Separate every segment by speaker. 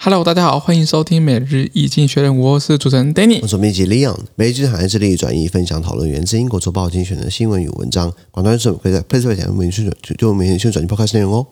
Speaker 1: Hello，大家好，欢迎收听每日易经学人，我是主持人 Danny
Speaker 2: 我。是编辑 Leon，每日经产业致力转译分享讨论源自英国《周报》精选的新闻与文章。广大观众可以在 Facebook 点文宣转，就每天宣转移 Podcast 内容哦。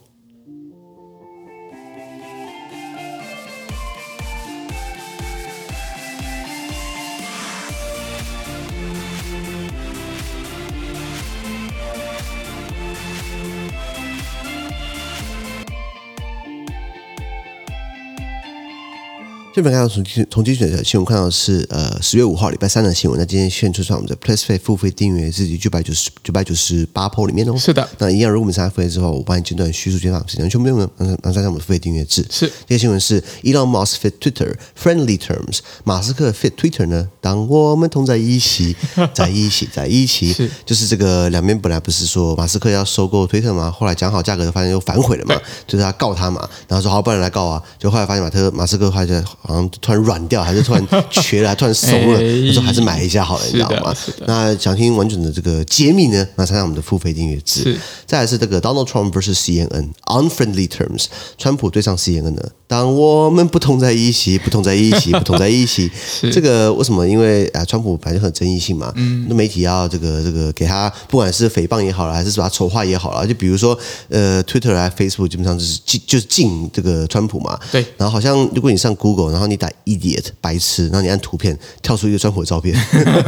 Speaker 2: 这边看到从从精选的新闻看到的是呃十月五号礼拜三的新闻，那今天现出在我们的 PressPay 付费订阅是九百九十九百九十八 p 里面哦。
Speaker 1: 是的，
Speaker 2: 那一样，如果我们参加付费之后，我帮你剪短叙述、减法时间，全部用让让参加我们付费订阅制。
Speaker 1: 是
Speaker 2: 这个新闻是 Elon Musk fit Twitter friendly terms，马斯克 fit Twitter 呢？当我们同在一起， 在一起，在一起，
Speaker 1: 是
Speaker 2: 就是这个两边本来不是说马斯克要收购推特嘛，后来讲好价格，发现又反悔了嘛，就是他告他嘛，然后说好，不然来告啊，就后来发现马特马斯克后来就好像突然软掉，还是突然瘸了，还突然怂 了，
Speaker 1: 哎
Speaker 2: 他说还是买一下好了，你知道吗
Speaker 1: 是的是的？
Speaker 2: 那想听完整的这个揭秘呢，那参加我们的付费订阅制。
Speaker 1: 是
Speaker 2: 再来是这个 Donald Trump vs CNN unfriendly terms，川普对上 CNN 呢？当我们不同在一起，不同在一 起，不同在一起。这个为什么？因为啊，川普本来就很争议性嘛，
Speaker 1: 嗯
Speaker 2: 那媒体要这个这个给他，不管是诽谤也好啦，还是把他丑化也好啦，就比如说呃，Twitter 啊、Facebook 基本上就是禁就是禁这个川普嘛。
Speaker 1: 对
Speaker 2: 然后好像如果你上 Google，然后你打 idiot 白痴，然后你按图片跳出一个川普的照片，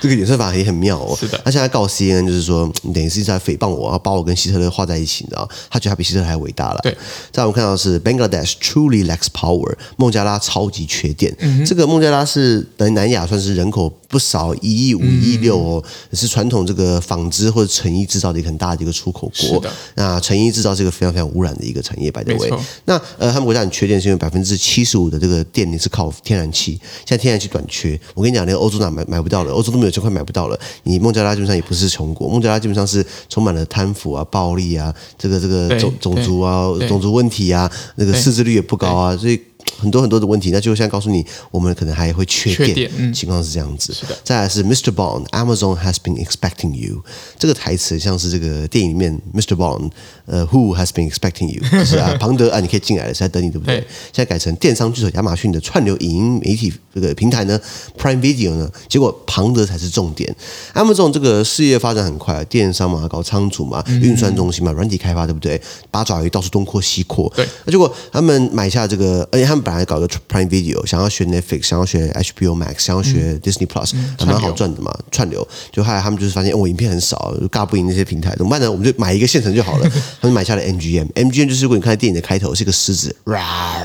Speaker 2: 这个演算法也很妙哦。
Speaker 1: 是的
Speaker 2: 他现在告 CNN 就是说，你等于是在诽谤我，然后把我跟希特勒画在一起，你知道？他觉得他比希特勒还伟大了。
Speaker 1: 对。
Speaker 2: 再来我们看到的是 Bangladesh truly lacks power，孟加拉超级缺电。
Speaker 1: 嗯
Speaker 2: 这个孟加拉是南南亚算是人口不少，一亿五、一亿六
Speaker 1: 嗯
Speaker 2: 哦，也是传统这个纺织或者成衣制造的一个很大的一个出口
Speaker 1: 是
Speaker 2: 国
Speaker 1: 的。
Speaker 2: 那成衣制造是一个非常非常污染的一个产业，by the
Speaker 1: 没
Speaker 2: way
Speaker 1: 错。
Speaker 2: 那呃，他们国家很缺电，是因为百分之七十五的这个电力是靠天然气，现在天然气短缺。我跟你讲，连欧洲哪买买不到了，欧洲都没有钱，快买不到了。你孟加拉基本上也不是穷国，孟加拉基本上是充满了贪腐啊、暴力啊、这个这个
Speaker 1: 对
Speaker 2: 种种族啊
Speaker 1: 对、
Speaker 2: 种族问题啊，那个
Speaker 1: 对
Speaker 2: 识字率也不高啊，所以。很多很多的问题，那就现在告诉你，我们可能还会缺
Speaker 1: 缺
Speaker 2: 电，
Speaker 1: 电嗯
Speaker 2: 情况是这样子。
Speaker 1: 是的
Speaker 2: 再来是 Mr. Bond，Amazon has been expecting you 这个台词像是这个电影里面 Mr. Bond，呃，Who has been expecting you？就 是啊，庞德啊，你可以进来了，是在等你，对不对？
Speaker 1: 对
Speaker 2: 现在改成电商巨头亚马逊的串流影音媒体这个平台呢，Prime Video 呢，结果庞德才是重点。Amazon 这个事业发展很快，啊电商嘛，搞仓储嘛，运算中心嘛，软体开发，对不对？八爪鱼到处东扩西扩，
Speaker 1: 对
Speaker 2: 那结果他们买下这个，而且他们本来搞个 Prime Video，想要学 Netflix，想要学 HBO Max，想要学 Disney Plus，、还蛮好赚的嘛，嗯串流。就后来他们就是发现，哦，我影片很少，尬不赢那些平台，怎么办呢？我们就买一个现成就好了。 他们买下了 MGM，MGM 就是如果你看电影的开头是一个狮子，哇，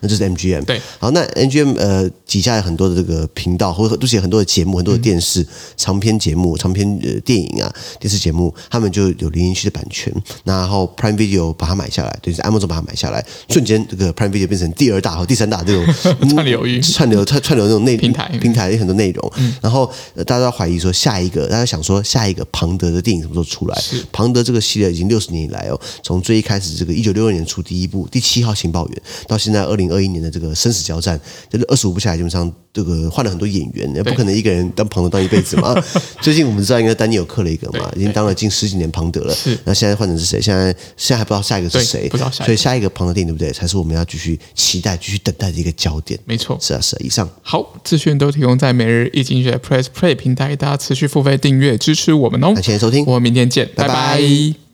Speaker 2: 那就是 MGM。
Speaker 1: 对
Speaker 2: 好，那 NGM 呃底下有很多的这个频道，或者都是很多的节目，很多
Speaker 1: 嗯
Speaker 2: 的电视、长篇节目、长篇呃电影啊、电视节目，他们就有零零七的版权，然后 Prime Video 把它买下来，对，是 Amazon 把它买下来，瞬间这个 Prime Video 变成第二大和第三大 这种嗯
Speaker 1: 串流域
Speaker 2: 串流串串流那种内
Speaker 1: 平台嗯
Speaker 2: 平台有很多内容，然后、呃大家都怀疑说下一个，大家想说下一个庞德的电影什么时候出来？庞德这个系列已经六十年以来哦，从最一开始这个一九六二年出第一部《第七号情报员》，到现在二零二一年的这个生死交战，这二十五部下来，基本上这个换了很多演员，也不可能一个人当庞德当一辈 子嘛。最近我们知道应该丹尼尔克雷格嘛，
Speaker 1: 对
Speaker 2: 已经当了近十几年庞德了
Speaker 1: 是，
Speaker 2: 那现在换成是谁？现在现在还不知道下一个是
Speaker 1: 对
Speaker 2: 谁，
Speaker 1: 不知道下一个
Speaker 2: 所以下一个庞德电影对不对？才是我们要继续期待、继续等待的一个焦点。
Speaker 1: 没错，
Speaker 2: 是啊，是啊，以上。
Speaker 1: 好，资讯都提供在每日易经学 Press Play 平台，大家持续付费订阅支持我们哦
Speaker 2: 感。谢收听，
Speaker 1: 我们明天见，
Speaker 2: 拜
Speaker 1: 拜
Speaker 2: 拜
Speaker 1: 拜